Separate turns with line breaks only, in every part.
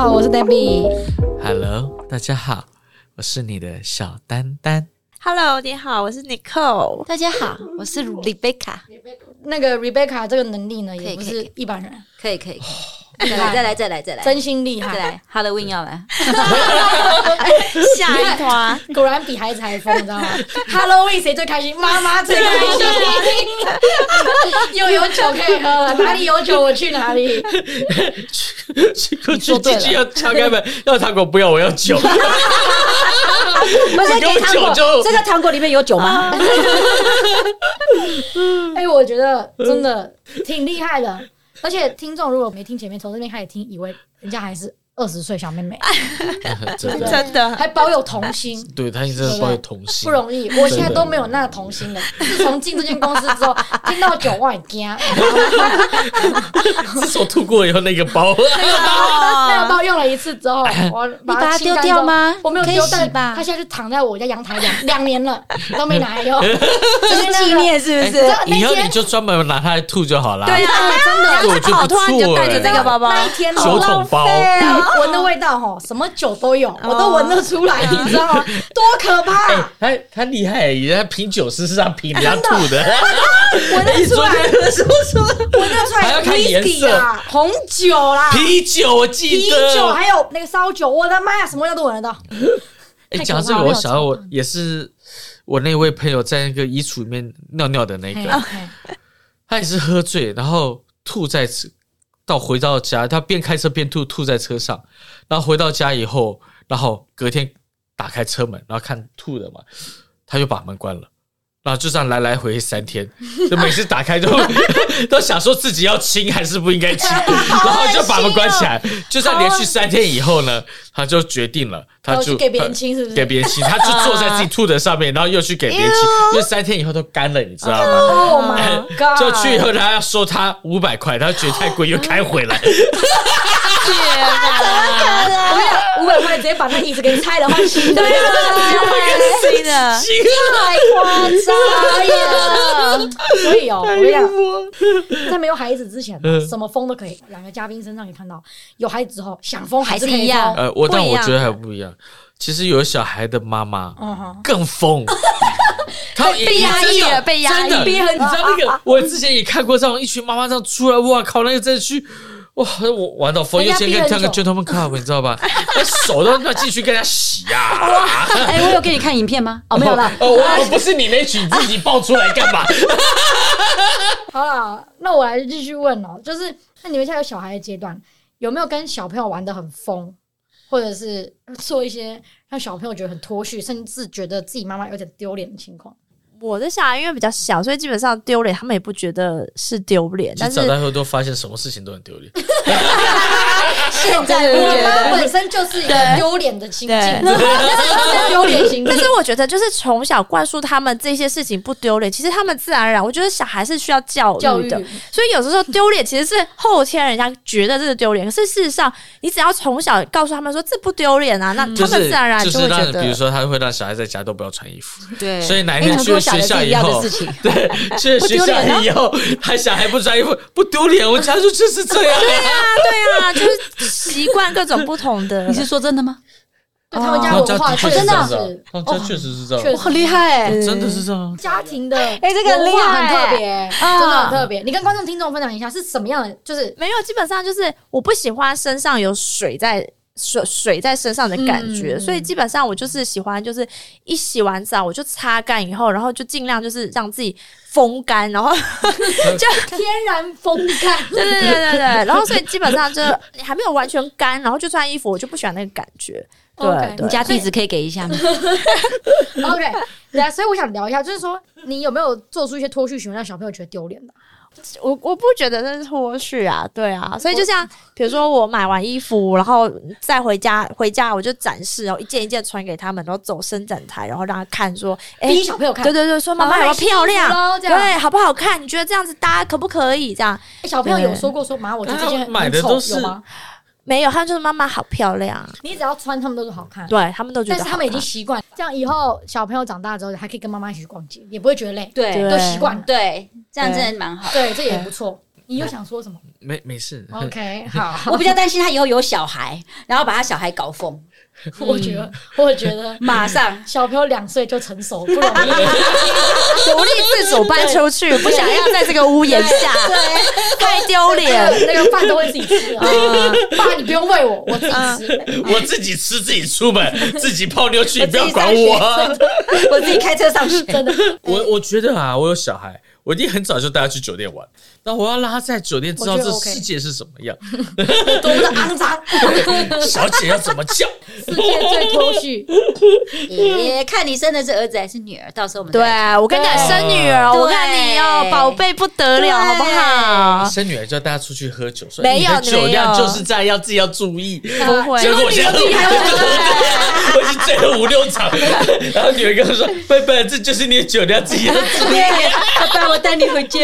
好，我是 Debbie。
Hello，大家好，我是你的小丹 丹。
Hello，你好，我是 Nicole。
大家好，我是 Rebecca。
那个 Rebecca 这个能力呢，
以
也不
可以
是
可
一般人，
可以可以，可以再来再来再来再来，
真心厉
再
害，
来，Halloween 哎要来，
下一啊团，
果然比孩子还疯，你知 道吗？Halloween 谁最开心？妈妈最开心，又有酒可以喝了，哪里有酒我去哪里。
去过
说
去
对了
进去要敲开门， 要糖果不要，我要酒。
不是
给我酒就
这个糖果里面有酒
啊
吗？
哎、我觉得真的挺厉害的，而且听众如果没听前面，从这边开始听，以为人家还是二十岁小妹 妹，
真的，
真的
还保有童心。
对他真的抱有童心，
不容易，我现在都没有那个童心了。自从进这间公司之后，听到酒我很惊，啊
自从吐过以后那个 包，
那个
哦，
包用了一次之后，我把
你把它
清干
丢掉吗
之后我没有
可以
丢，
洗
但
吧
它现在就躺在我家阳台两两年了，都没拿来用。
这
就是那个
纪念是不是？
哎
以后你就专门拿它来吐就好了。
对啊，真
这
的
我就不
突然你就
错
带着
了
这个包包，
那一天
酒
哦
桶包，
闻的味道吼，什么酒都有，我都闻得出来，你知道吗？多可怕！
他哎他厉害，人家品酒师是让品人家
真的
吐的，
闻得出来，闻得出
还
来
要看颜
whisky 啦，红酒啦，
啤酒我
啤
记
酒
得。
还有那个烧酒，我的妈呀，什么味道都闻得到。太
哎，
可
讲到这
怕
个，
了
我想到我也是我那位朋友在那个衣橱里面尿尿的那
嘿
个，
嘿
他也是喝醉，然后吐在车到回到家，他边开车边吐，吐在车上，然后回到家以后，然后隔天打开车门，然后看吐了嘛，他就把门关了。然后就这样来来回回三天，就每次打开都 都想说自己要亲还是不应 该亲，然后就把门关起来。
哦
就在连续三天以后呢，他就决定了，他
哦
就
去给别人亲是不是
给别人亲，他就坐在自己吐的上面，然后又去给别人亲，
哎
因为三天以后都干了，你知道吗？
Oh my god！
就去以后，他要收他五百块，他觉得太贵，又开回来。哎
啊五百块直接把那椅子给你拆了换新 的，啊
真的，
太夸张了。所以哦，我跟你讲，在没有孩子之前呢，
嗯
什么疯都可以。两个嘉宾身上也看到，有孩子之后想疯还是可
还是
以
一样
疯。
呃，我但
不一
我
样
觉得还不一样。其实有小孩的妈妈
嗯哼，
更 疯，她
被压抑了被压抑
真的
憋很
你知道那个，我之前也看过这种一群妈妈这样出来，哇靠，那个真的去。哇！我玩到疯，
人
又
家
先
憋
跟
很
跳个
久
gentleman club，你知 道吧？那手都要进去跟人家洗呀、
哎，我有给你看影片吗？哦，没有啦。
哦，我我不是你那群，你自己爆出来干嘛？
好了，那我来继续问哦，就是那你们现在有小孩的阶段，有没有跟小朋友玩的很疯，或者是做一些让小朋友觉得很脱序，甚至觉得自己妈妈有点丢脸的情况？
我的小孩因为比较小，所以基本上丢脸，他们也不觉得是丢脸，
其
但
实
是
长大后都发现什么事情都很丢脸。
现在我妈本身就是一个丢脸的情境，
对
丢脸情
但
境。
是我觉得，就是从小灌输他们这些事情不丢脸，其实他们自然而然，我觉得小孩是需要教
教
育
育
的。所以有时候丢脸其实是后天人家觉得这是丢脸，可是事实上，你只要从小告诉他们说这不丢脸啊，那他
就
们
是
自然而然
就是
会
让
觉得。
比如说他会让小孩在家都不要穿衣服，
对哎
所以哪一
因
天
为
去
多
学
小的
校
自己
以
要的
后
事情，
对， 去学
丢脸
校
啊
以后，他小孩不穿衣服 不丢脸，我家就就是这样。
对啊，就是习惯各种不同的。
你是说真的 吗？
对他们家
哦我家
文化
哦
的
确
确是
实
这样，
啊
是
他啊哦们家确实是这
确
样，
实
很厉害
嗯
哎，
真的是这样。
家庭的哎
这个很厉害
很特别，
啊
真的很特别。你跟观众听众分享一下是什么样的？就是
没有，基本上就是我不喜欢身上有水在水水在身上的感觉，
嗯
所以基本上我就是喜欢就是一洗完澡我就擦干以后，然后就尽量就是让自己风干， 然后就
天然风干，
对对对对对，然后所以基本上就是你还没有完全干，然后就穿衣服，我就不喜欢那个感觉。对
OK
对
你家地址可以给一下吗？
OK，对啊，所以我想聊一下，就是说你有没有做出一些脱序行为让小朋友觉得丢脸的？
我我不觉得这是脱序啊，对啊，所以就像比如说我买完衣服，然后再回家，回家我就展示，然后一件一件穿给他们，然后走伸展台，然后让他看说，哎、
逼小朋友看
对，对对，说妈妈
好
有没有
买新衣服
漂亮，
咯这样
对，好不好看？你觉得这样子搭可不可以？这样
哎小朋友有说过说妈，我觉得这件
哎他买的
很丑
都是
有吗？
没有，他们就是妈妈好漂亮，啊
你只要穿他们都是好看，
对他们都觉
但
得
是
好看，
他们已经习惯，这样以后小朋友长大之后还可以跟妈妈一起去逛街，也不会觉得累，
对
都习惯。
对，这样真的蛮好。
对，这也不错。你又想说什么
没没事。
？OK，好，
我比较担心他以后有小孩，然后把他小孩搞疯，
我觉得，我觉得
马上
小朋友两岁就成熟不容易。
独立自主搬出去，不想要在这个屋檐下，太 丢脸。
那个饭都会自己吃 啊，爸你不用喂我，我自己吃。
嗯
我自己吃，自己出门， 自己泡妞去，你不要管
我
我。啊
我自己开车上学。
真的，
我我觉得啊，我有小孩，我一定很早就带他去酒店玩，那我要让他在酒店知道
我觉
这
得 OK
世界是什么样，
多么的肮脏，
小姐要怎么 叫。
世界最脱序。
也看你生的是儿子还是女儿，到时候我们再
对，我跟你讲，生女儿，我看你哦，宝贝不得了，好不好？
生女儿就要带她出去喝酒，说
没有
你的酒量
没有
就是这样，要自己要注意。
不会
结果我现在喝五， 我已经醉了五六场，然后女儿跟我说：“贝贝，这就是你的酒量，自己要注意。
爸爸，我带你回家。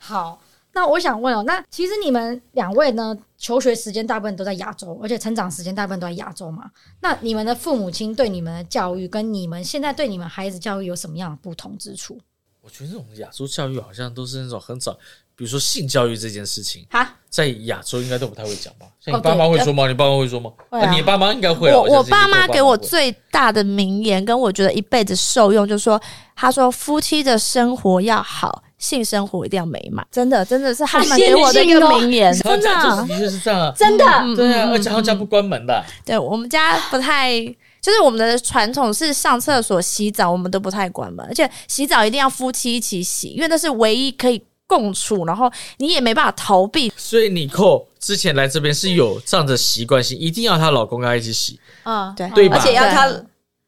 好，那我想问哦，那其实你们两位呢，求学时间大部分都在亚洲，而且成长时间大部分都在亚洲嘛。那你们的父母亲对你们的教育，跟你们现在对你们孩子教育有什么样的不同之处？”
我觉得这种亚洲教育好像都是那种很早，比如说性教育这件事情，
哈，
在亚洲应该都不太会讲吧？像
哦
你爸妈会说吗？你爸妈会说吗？
会啊
你爸妈应该会啊。
呃我
相
我
信
爸
你
妈
会
给我
会
最大的名言，跟我觉得一辈子受用，就是说，他说夫妻的生活要好，性生活一定要美满，真的，真的是他们给我的一个名言，
他们
真
家就是
的，嗯
的确是这样啊，
真的，
对啊，而且他们家不关门的，
对我们家不太。就是我们的传统是上厕所、洗澡，我们都不太关门，而且洗澡一定要夫妻一起洗，因为那是唯一可以共处，然后你也没办法逃避。
所以你扣之前来这边是有这样的习惯性，一定要她老公跟她一起洗。
嗯，
对
对吧
而且要他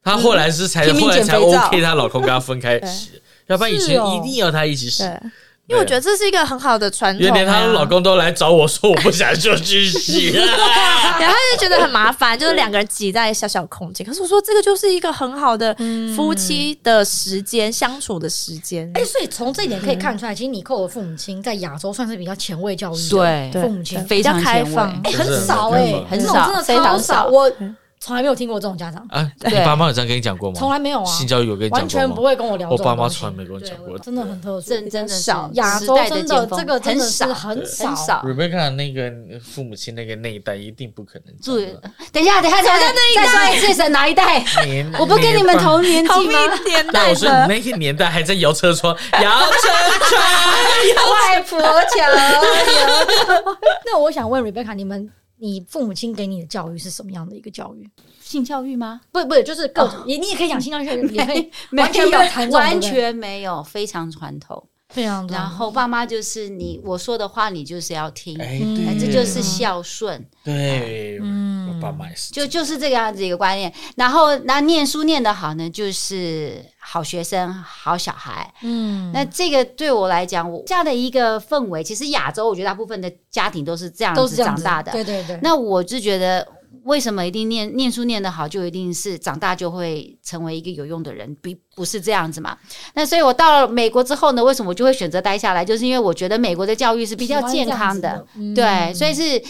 她后来是才
拼命
后来才
减肥照
OK，她老公跟她分开洗，要不然以前
是哦
一定要她一起洗。
对，因为我觉
得。
得这是一个很好的传统、
原
啊。
来她老公都来找我说我不想啊就去洗，
然后就觉得很麻烦，就是两个人挤在小小空间。可是我说这个就是一个很好的夫妻的时间、相处的时间。
哎、所以从这一点可以看出来，其实你扣的父母亲在亚洲算是比较前卫教育的
对
父母亲，
非常
比较开
前卫
放
哎、很少哎、
真的
很
这种
少
真的
非
超
常
少，
少
我从来没有听过这种家长，
啊！你
对
爸妈有这样跟你讲过吗？
从来没有啊，
性教育有跟你讲过吗？
完全不会跟我聊这
我
种东西。
爸妈从来没跟我讲
对
过
真的很特殊。
真真的是
少
亚
时
洲
代的
真的
尖峰
这个真
很
的是
少
很
很少。
Rebecca 那个父母亲那个那一代一定不可能讲
住
的。
等一下，等一下，等一下，再说一次是哪一代？
年
我不跟你们。同年
同
纪
一
吗？
年
但
代
我说你
的，
那个年代还在摇车窗，摇车窗。
外婆桥，
那我想问 Rebecca，你们你父母亲给你的教育是什么样的一个教育？
性教育吗？
不不，就是各种，你你也可以讲性 教育，也可以完全
没
没
有
有谈这种
完
对不对
全没有，非常传统。
非常
然后爸妈就是你我说的话，你就是要听，
哎，
嗯
哎
对，
这就是孝顺。
对，
嗯
我爸妈也是。
就就是这个样子一个观念。然后那念书念得好呢，就是好学生、好小孩。
嗯
那这个对我来讲，我这样的一个氛围，其实亚洲我觉得大部分的家庭都是这样
都
子
是这样
长
子
大的。
对对对。
那我就觉得。为什么一定念念书念得好，就一定是长大就会成为一个有用的人？不不是这样子嘛？那所以我到了美国之后呢，为什么我就会选择待下来？就是因为我觉得美国的教育是比较健康的，
嗯，
对，所以是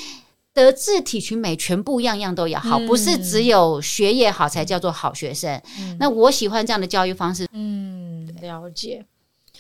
德智体群美全部样样都要好，不是只有学业好才叫做好学生。
嗯
那我喜欢这样的教育方式，
嗯，了解。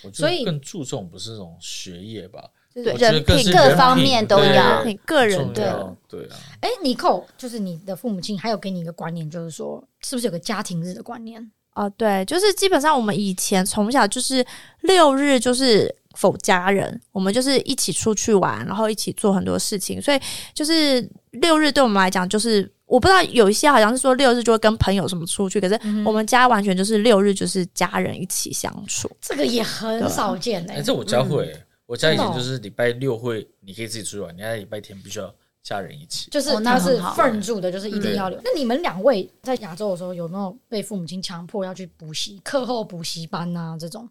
我觉
所以
得更注重不是那种学业吧，
对
我觉得
人
更是
品
各
人
方
品
面都
对
要
你个人
重
的
要对啊，
哎，你扣，就是你的父母亲还有给你一个观念，就是说，是不是有个家庭日的观念？
哦，对，就是基本上我们以前从小就是六日就是否家人，我们就是一起出去玩，然后一起做很多事情，所以就是六日对我们来讲就是。我不知道有一些好像是说六日就会跟朋友什么出去，可是我们家完全就是六日就是家人一起相处。
这个也很少见哎、
哎，这我家会，我家以前
真的
就
哦
是礼拜六会，你可以自己出去玩，你在礼拜天必须要家人一起。
就是
哦那
他
很
是
好
份住的，就是一定要留。那你们两位在亚洲的时候，有没有被父母亲强迫要去补习、课后补习班啊这种？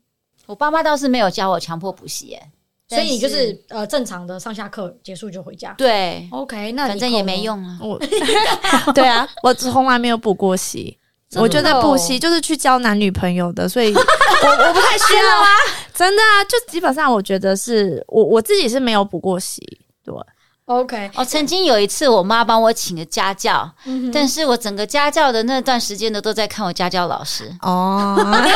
我爸妈倒是没有教我强迫补习耶，
所以你就
但
是呃正常的上下课结束就回家。
对，
OK，那
反正
Nicole
也
呢
没。用 啊。
我，对啊，我从来没有补过习。我觉得补习就是去交男女朋友的，所以 我我不太需要 啊，真的啊，就基本上我觉得是我我自己是没有补过习，对，
OK，
哦，曾经有一次，我妈帮我请个家教，
嗯哼
但是我整个家教的那段时间呢，都在看我家教老师。
哦，
啊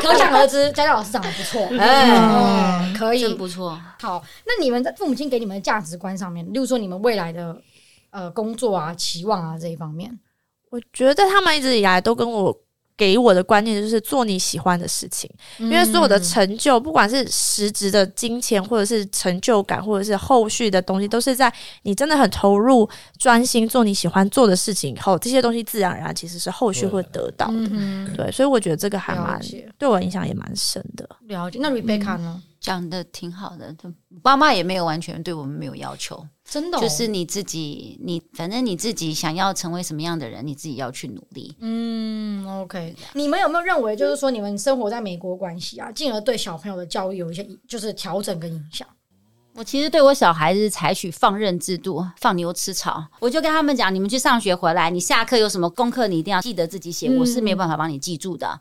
可想而知，家教老师长得不错，
哎
哎，可
真
以。
不错，
好，那你们在父母亲给你们的价值观上面，例如说你们未来的呃工作啊、期望啊这一方面，
我觉得他们一直以来都跟我给我的观念就是做你喜欢的事情。
因
因为所有
嗯
的成就，不管是实质的金钱，或者是成就感，或者是后续的东西，都是在你真的很投入、专心做你喜欢做的事情以后，这些东西自然而然其实是后续会得到的。
嗯
对，所以我觉得这个
哼，
还
了
蛮
解
对我影响也蛮深的。
了
嗯
解。那 Rebecca 呢？
讲的挺好的。爸妈也没有完全对我们没有要求，
真的哦
就是你自己，你反正你自己想要成为什么样的人，你自己要去努力。
嗯，OK。你们有没有认为，就是说你们生活在美国关系啊，进而对小朋友的教育有一些就是调整跟影响？
我其实对我小孩子采取放任制度，放牛吃草。我就跟他们讲，你们去上学回来，你下课有什么功课，你一定要记得自己写，
嗯
我是没有办法帮你记住的。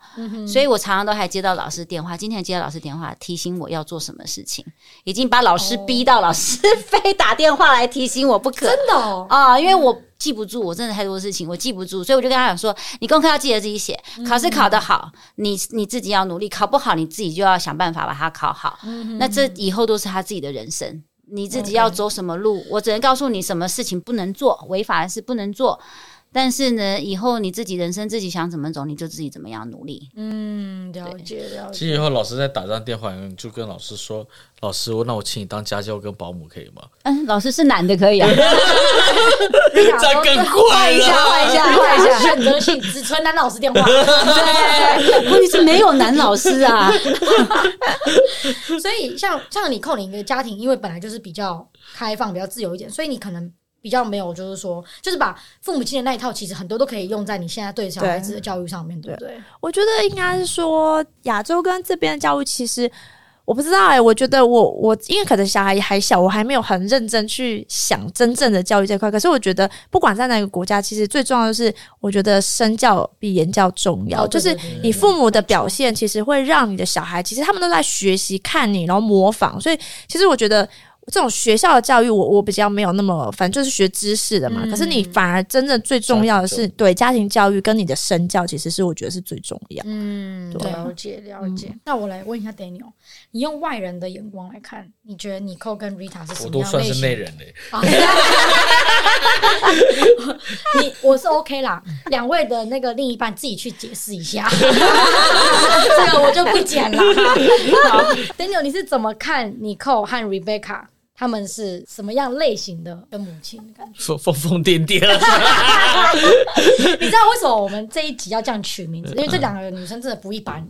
所以我常常都还接到老师电话，今天接到老师电话提醒我要做什么事情，已经把老师逼到老师 非打电话来提醒我不可。
真的哦，
啊，因为我记不住，我真的太多事情，我记不住，所以我就跟他讲说，你功课要记得自己写，考试考得好，你你自己要努力，考不好你自己就要想办法把它考好。那这以后都是他自己的人生，你自己要走什么路，我只能告诉你什么事情不能做，违法的事不能做。但是呢，以后你自己人生自己想怎么走，你就自己怎么样努力。
嗯，了解了解。
其实以后老师在打这样电话，你就跟老师说：“老师，那我请你当家教跟保姆可以吗
嗯，老师是男的可以 啊，
这
这样更怪
换一
了
下，换一下，选择性只存男老师电话。
问题是没有男老师啊。
所以像像你扣你一个家庭，因为本来就是比较开放、比较自由一点，所以你可能。比较没有，就是说，就是把父母亲的那一套，其实很多都可以用在你现在对小孩子的教育上面，对不对？
我觉得应该是说，亚洲跟这边的教育其实。我不知道哎、我觉得我我因为可能小孩还小，我还没有很认真去想真正的教育这块。可是我觉得，不管在哪个国家，其实最重要的是，我觉得身教比言教重要。
哦
就
对
是
对对
你父母的表现，其实会让你的小孩，其实他们都在学习看你，然后模仿。所以，其实我觉得这种学校的教育我，我比较没有那么，反正就是学知识的嘛。
嗯
可是你反而真正最重要的是，对家庭教育跟你的身教，其实是我觉得是最重要。
嗯，
对啊
了解了解。那我来问一下 Daniel，你用外人的眼光来看，你觉得 Nicole 跟 Rita 是？”什
我
么
都
样的
算
类
是
型？
内人嘞、
啊 你我是 OK 啦，两位的那个另一半自己去解释一下， 这个我就不讲了。好，Daniel，你是怎么看 Nicole 和 Rebecca 他们是什么样类型的跟母亲的感觉？
疯疯疯癫癫。
你知道为什么我们这一集要这样取名字？因为这两个女生真的不一般。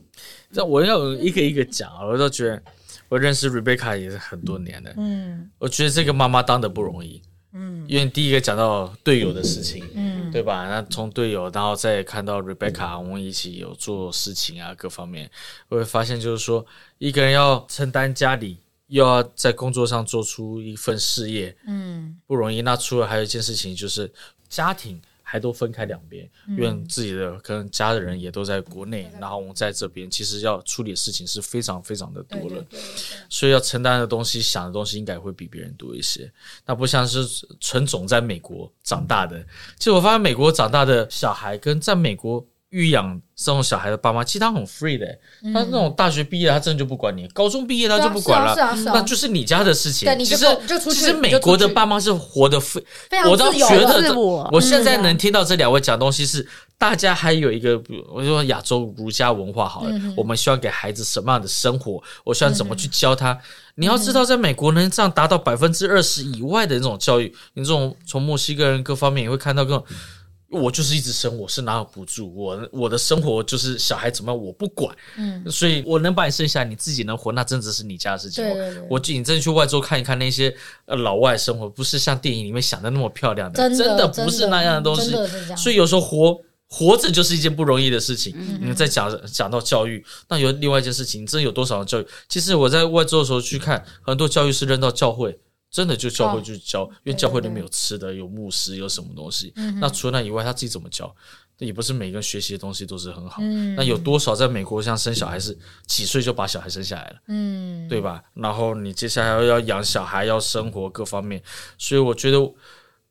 那我要一个一个讲啊，我都觉得我认识 Rebecca 也是很多年了，
嗯
我觉得这个妈妈当的不容易，
嗯
因为第一个讲到队友的事情，
嗯
对吧？那从队友，然后再看到 Rebecca，我们一起有做事情啊，各方面，我会发现就是说，一个人要承担家里，又要在工作上做出一份事业，
嗯
不容易。那除了还有一件事情就是家庭。还都分开两边，
嗯
因为自己的跟家的人也都在国内，然后我们在这边，其实要处理的事情是非常非常的多
对
了。
对对
所以要承担的东西、想的东西应该会比别人多一些。那不像是纯种在美国长大的，其实我发现美国长大的小孩跟在美国育养这种小孩的爸妈，其实他很 free 的、欸他
嗯
那种大学毕业，他真的就不管你；高中毕业，他就不管了。
是啊是啊是啊
那就是你家的事情
对。你
其
就
实
够就出去
其实美国的爸妈是活得非
非常
我倒
自嗯由
觉得
了
自
这
我
我现在能听到这两位讲东西是，大家还有一个，我就说亚洲儒家文化好了，
嗯
我们希望给孩子什么样的生活，我希望怎么去教他。你要
嗯
知道，在美国能这样达到百分之二十以外的那种教育，你这种从墨西哥人各方面也会看到各种。我就是一直生，我是哪有补助，我我的生活就是小孩怎么样我不管，
嗯
所以我能把你生下来，你自己能活，那真的是你家的事情。
对对对
我你真的去外州看一看那些呃老外生活，不是像电影里面想的那么漂亮的，
真的
的不是那样的东西
真。的是这样。
所以有时候活活着就是一件不容易的事情。
嗯
你们在讲讲到教育，那有另外一件事情，真的有多少的教育？其实我在外州的时候去看，很多教育是扔到教会。真的就教会
哦
去教，因
对
为教会里
对嗯
面有吃的，有牧师，有什么东西。那除了那以外，他自己怎么教？也不是每个人学习的东西都是很好。
嗯，
那有多少在美国像生小孩是几岁就把小孩生下来了，
嗯，
对吧？然后你接下来要养小孩，要生活各方面，所以我觉得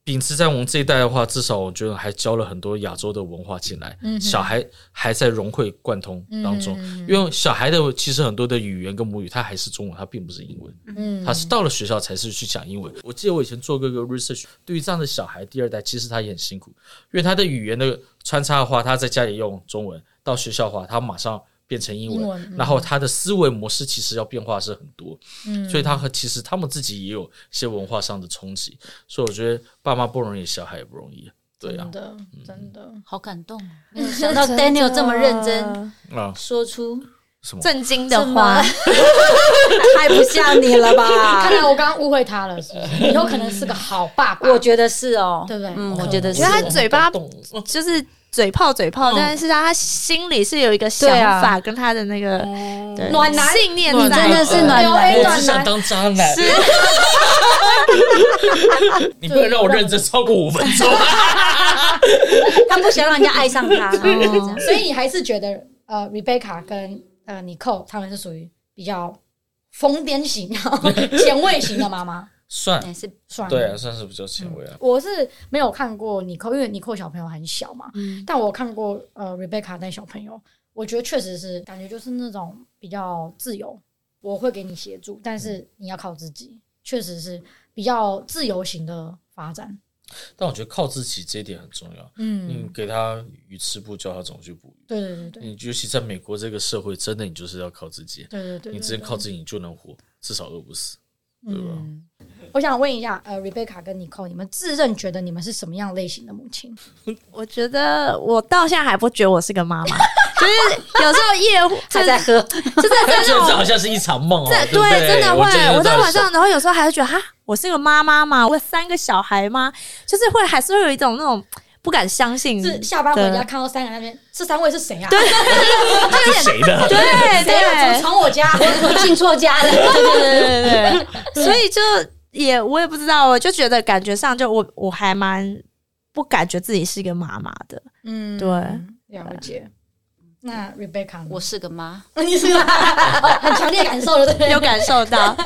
秉持在我们这一代的话，至少我觉得还教了很多亚洲的文化进来，
嗯哼
小孩还在融会贯通
嗯
当中。，因为小孩的其实很多的语言跟母语，他还是中文，他并不是英文。
嗯，
他是到了学校才是去讲英文。我记得我以前做过一个 research，对于这样的小孩，第二代其实他也很辛苦，因为他的语言的穿插的话，他在家里用中文，到学校的话，他马上变成英文，
英文嗯
然后他的思维模式其实要变化是很多，
嗯
所以他和其实他们自己也有一些文化上的冲击，所以我觉得爸妈不容易，小孩也不容易，对啊
真，的真的，
好感动，啊没有想 到 Daniel 这么认真
啊、
说出，
什么？
震惊
的
的话，
话
太不像你了吧
看？来我刚刚误会他了，是不是？以后可能是个好爸爸，
我觉得是哦，
对不对
嗯，
哦
我觉得
我
是
觉得。他嘴巴
懂懂
就是嘴炮嘴炮，
嗯
但是他心里是有一个想
对啊
法跟他的那个对
暖男
信念
暖
在啊
男
的，
真的是暖
男
我只想当渣男。 你不能让我认真超过五分钟。
他不想让人家爱上 他，哦
所以你还是觉得呃，Rebecca 跟呃 Nicole 他们是属于比较疯癫型、然后 前卫型的妈妈，
算
也哎是
算
对啊，算是比较前卫啊。
我是没有看过 Nicole，因为 Nicole 小朋友很小嘛，
嗯
但我看过呃 Rebecca 那小朋友，我觉得确实是感觉就是那种比较自由，我会给你协助，但是你要靠自己，确实是比较自由型的发展。
但我觉得靠自己这一点很重要。
嗯
嗯，，给他鱼吃不教他怎么去捕鱼。
对对对对
你尤其在美国这个社会，真的你就是要靠自己，
对对对，
你
对
只能
对
靠自啊己，你就能活，至少饿不死。对吧
嗯，我想问一下，呃，Rebecca 跟 Nicole，你们自认觉得你们是什么样类型的母亲？
我觉得我到现在还不觉得我是个妈 妈，就是有时候夜
还在喝，
就是
但觉
真的
得
我
这好像是一场梦哦，
这
不对？
真的会。
在
我在晚上，然后有时候还会觉得哈，我是个妈妈吗？我有三个小孩吗？就是会还是会有一种那种不敢相信，
是下班回
对
家看到三个人在那边，这三位是谁啊？
嗯对
是谁的？
对对
谁啊？怎么
对
闯我家？
我进错家了。
对对对对，所以就也我也不知道，我就觉得感觉上就我我还蛮不感觉自己是一个妈妈的，
嗯，
对，
了解。那 Rebecca，呢
我是个妈，
嗯你是 很强烈感受了，对不对？
有感受到，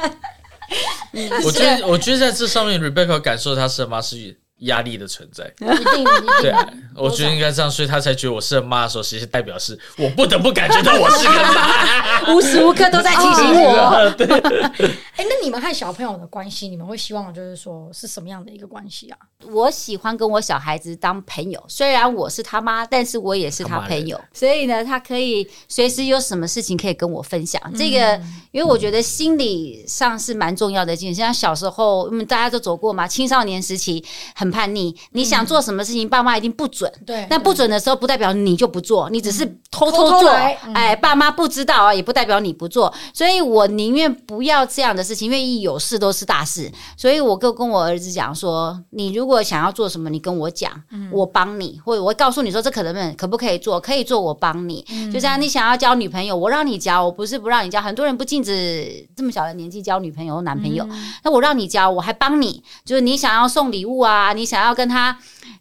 我觉得，我觉得在这上面，Rebecca 感受她是妈是压力的存在。
一定一
对
定。
啊，我觉得应该这样，所以她才觉得我是妈的时候，其实代表是我不得不感觉到我是个妈。
无时无刻都在提醒我。
啊
哎，那你们和小朋友的关系，你们会希望就是说是什么样的一个关系啊？
我喜欢跟我小孩子当朋友，虽然我是他妈，但是我也是他朋友，所以呢，他可以随时有什么事情可以跟我分享。这个，因为我觉得心理上是蛮重要的。就像小时候，嗯，大家都走过嘛，青少年时期很叛逆，你想做什么事情，爸妈一定不准。
对，嗯
但不准的时候，不代表你就不做，你只是偷
偷
偷
偷
做。
来嗯
哎，爸妈不知道啊，也不代表你不做。所以我宁愿不要这样的事情，因为一有事都是大事。所以我就跟我儿子讲说，你如果想要做什么，你跟我讲，
嗯
我帮你，或者我告诉你说这可能不能可不可以做，可以做我帮你。
嗯
就像你想要交女朋友，我让你交，我不是不让你交。很多人不禁止这么小的年纪交女朋友、男朋友，
嗯
那我让你交，我还帮你，就是你想要送礼物啊，你想要跟他。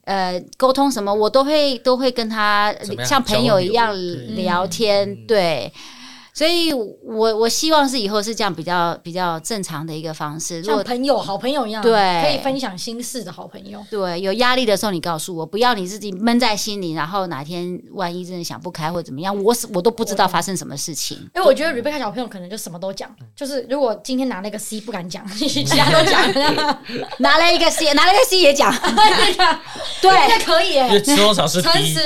呃，沟通什么我都会都会跟他呃
怎么样
像朋友一样
交流
聊天，
嗯
对，所以我我希望是以后是这样比较比较正常的一个方式。如
像
果
朋友、好朋友一样，
对
可以分享心事的好朋友。
对有压力的时候，你告诉我，不要你自己闷在心里，然后哪天万一真的想不开或怎么样，我是我都不知道发生什么事情。
因为我觉得 Rebecca 小朋友可能就什么都讲，就是如果今天拿了一个 C 不敢 讲，其他都讲，
拿了一个 C，拿了一个 C 也讲，对，
那可以耶
因为通常是
诚
第一
实，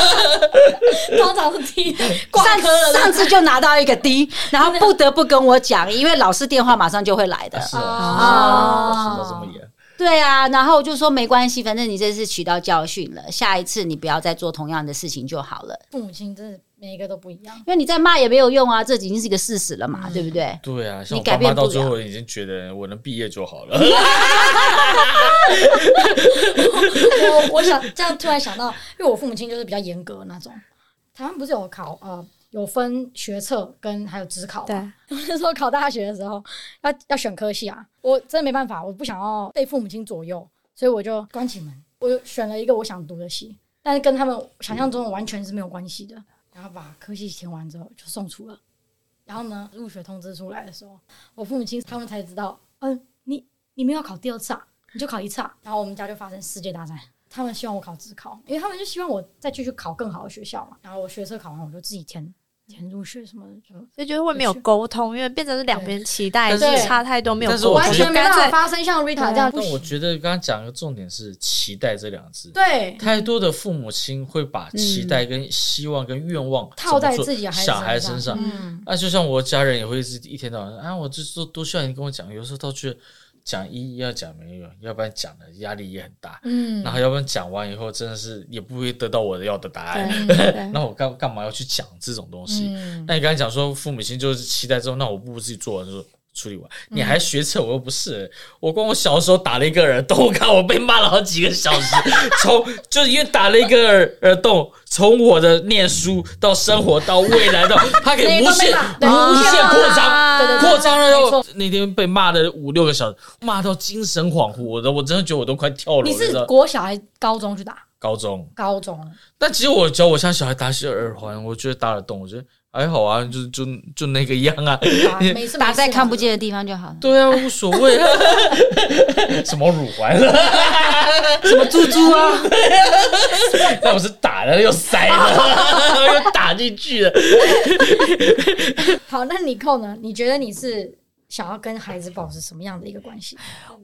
通常是 T 挂
上
科了。
上次就拿到一个 D，然后不得不跟我讲，因为老师电话马上就会来的。
是
啊
啊，是到这么严。
对啊，然后我就说没关系，反正你这次取到教训了，下一次你不要再做同样的事情就好了，
父母亲真的每一个都不一样，
因为你再骂也没有用啊，这已经是一个事实了
嗯
嘛，对不对？
对啊，像
你
我
改
爸
变
妈
不了
到最后已经觉得我能毕业就好了。
我我想这样突然想到，因为我父母亲就是比较严格那种。台湾不是有考呃有分学测跟还有职考吗
对，
那时候考大学的时候，要 要选科系啊，我真的没办法，我不想要被父母亲左右，所以我就关起门，我就选了一个我想读的系。但是跟他们想象中的完全是没有关系的。然后把科系填完之后就送出了，然后呢，入学通知出来的时候，我父母亲他们才知道，嗯，你你没有考第二差，你就考一差。然后我们家就发生世界大战，他们希望我考自考，因为他们就希望我再继续考更好的学校嘛。然后我学测考完，我就自己填填入学什么的，就
所以就是会没有沟通，因为变成是两边期待
对
差太多，没有
但是
沟
我
完
通，
觉
全
得
没
干
办法
脆
发生像 Rita 这样不
但我
行。
觉得刚刚讲的重点是“期待”这两个字。
对，嗯
太多的父母亲会把期待、跟希望、跟愿望
套在
怎么做
自己的孩子
小孩
身
身上
上。
嗯，
那、就像我家人也会是一天到晚啊，我就是都需要你跟我讲，有时候到去讲一要讲没有，要不然讲的压力也很大。
嗯
然后要不然讲完以后，真的是也不会得到我的要的答案。
对对
那我干干嘛要去讲这种东西？
嗯
那你刚才讲说父母亲就是期待之后，那我不如自己做完就处理完。你
嗯
还学测，我又不是，我光我小时候打了一个耳洞，我看我被骂了好几个小时，从就是因为打了一个耳耳洞，从我的念书到生活到未来到，他可以
哪
无
个都被
限
骂对
无限扩张。
啊
对对对
扩张了
没
又
错
那天被骂了五六个小时，骂到精神恍惚，我都我真的觉得我都快跳楼了。
你
知
是
道
国小还是高中去打？
高中，
高 中，
但其实我教我像小孩打些耳环，我觉得打耳洞，我觉得还好啊，就就就那个样啊。
啊没事，
打在
没事
看不。见的地方就好了。
对啊，无所谓。什么乳环？
啊什么猪猪啊？
那我是打的又塞的，又打进去了。
好，那你扣呢？你觉得你是想要跟孩子保持什么样的一个关系？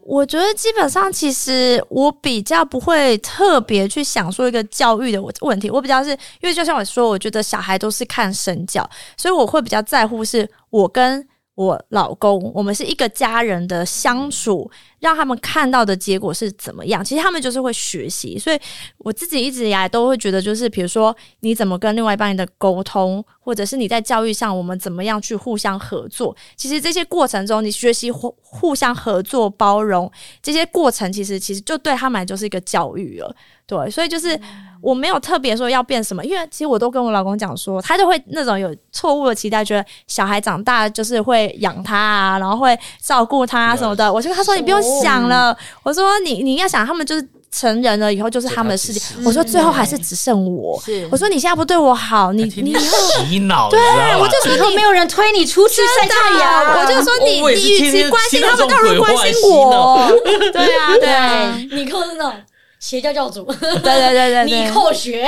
我觉得基本上，其实我比较不会特别去想说一个教育的问题，我比较是因为就像我说，我觉得小孩都是看身教，所以我会比较在乎是我跟我老公，我们是一个家人的相处，让他们看到的结果是怎么样。其实他们就是会学习，所以我自己一直以来都会觉得，就是比如说你怎么跟另外一半的沟通，或者是你在教育上我们怎么样去互相合作。其实这些过程中，你学习互互相合作、包容这些过程，其实其实就对他们来就是一个教育了。对，所以就是我没有特别说要变什么，因为其实我都跟我老公讲说，他就会那种有错误的期待，觉得小孩长大就是会养他啊，然后会照顾他啊什么的。我就跟他说你不用想了，我说你你要想他们就是成人了以后就是他们的世界
对他，
我说最后还是只剩我。
是
我说你现在不对我好，你你以后
洗脑，对我就
以后没有人推你出去晒太 阳，
哎
啊
啊
我就说你，
我也
你
是
与
天天
其关心
听到
他们，
这
倒
种
不如
鬼
关
话
心
洗
我。对啊，对啊，
你扣是那种邪教教主，
哎
对对对对
你
对。
扣 学，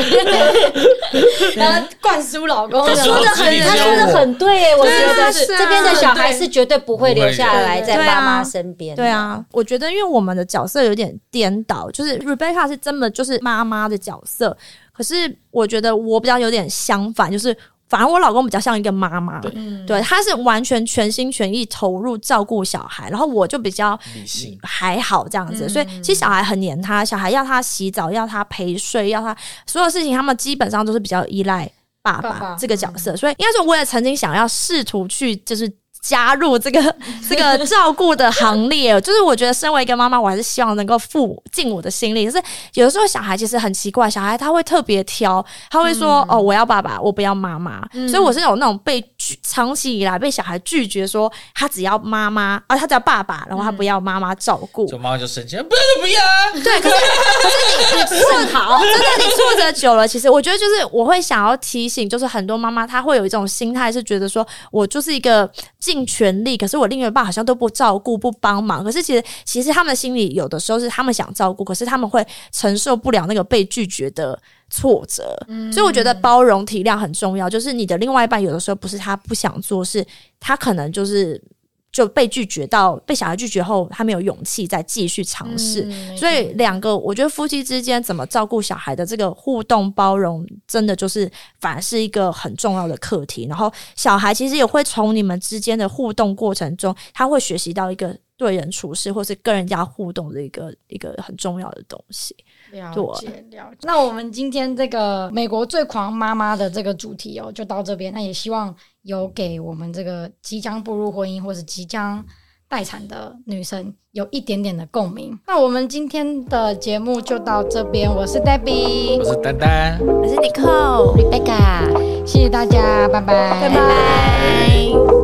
然后灌输老公
他
的，
说的很
他说的很对，我
对啊
觉得
是啊
这边的小孩是绝对不会留下来在
对啊
爸妈身边。
对， 啊，我觉得因为我们的角色有点颠倒，就是 Rebecca 是真的就是妈妈的角色，可是我觉得我比较有点相反，就是反而我老公比较像一个妈妈，
对
嗯，
对，他是完全全心全意投入照顾小孩，然后我就比较
理性。
还好这样子，
嗯
所以其实小孩很黏他，小孩要他洗澡，要他陪睡，要他所有事情，他们基本上都是比较依赖爸
爸爸嗯
爸这个角色。所以应该说，我也曾经想要试图去就是。加入这个 这个照顾的行列， 就是我觉得身为一个妈妈，我还是希望能够负尽我的心力。可是有的时候小孩其实很奇怪，小孩他会特别挑，他会说：“
嗯
哦，我要爸爸，我不要妈妈。所以我是有那种被拒，长期以来被小孩拒绝说他只要妈妈，啊，他只要爸爸，然后他不要妈妈照顾。
就妈妈就生气，不要就不要啊！
对，可是可是你你很好，真的你挫折久了，其实我觉得就是我会想要提醒，就是很多妈妈她会有一种心态是觉得说我就是一个尽全力，可是我另一半好像都不照顾不帮忙，可是其实其实他们心里有的时候是他们想照顾，可是他们会承受不了那个被拒绝的。挫折，所以我觉得包容体谅很重要。就是你的另外一半，有的时候不是他不想做，是他可能就是就被拒绝到被小孩拒绝后，他没有勇气再继续尝试。
嗯
所以两个，我觉得夫妻之间怎么照顾小孩的这个互动包容，真的就是反而是一个很重要的课题。然后小孩其实也会从你们之间的互动过程中，他会学习到一个对人处事，或是跟人家互动的一个一个很重要的东西。
了解了解。那我们今天这个美国最狂妈妈的这个主题哦，就到这边。那也希望有给我们这个即将步入婚姻或是即将待产的女生有一点点的共鸣。那我们今天的节目就到这边，我是 Debbie，
我是丹丹。
可是 Nicole，
Rebecca。
谢谢大家，拜拜，
拜拜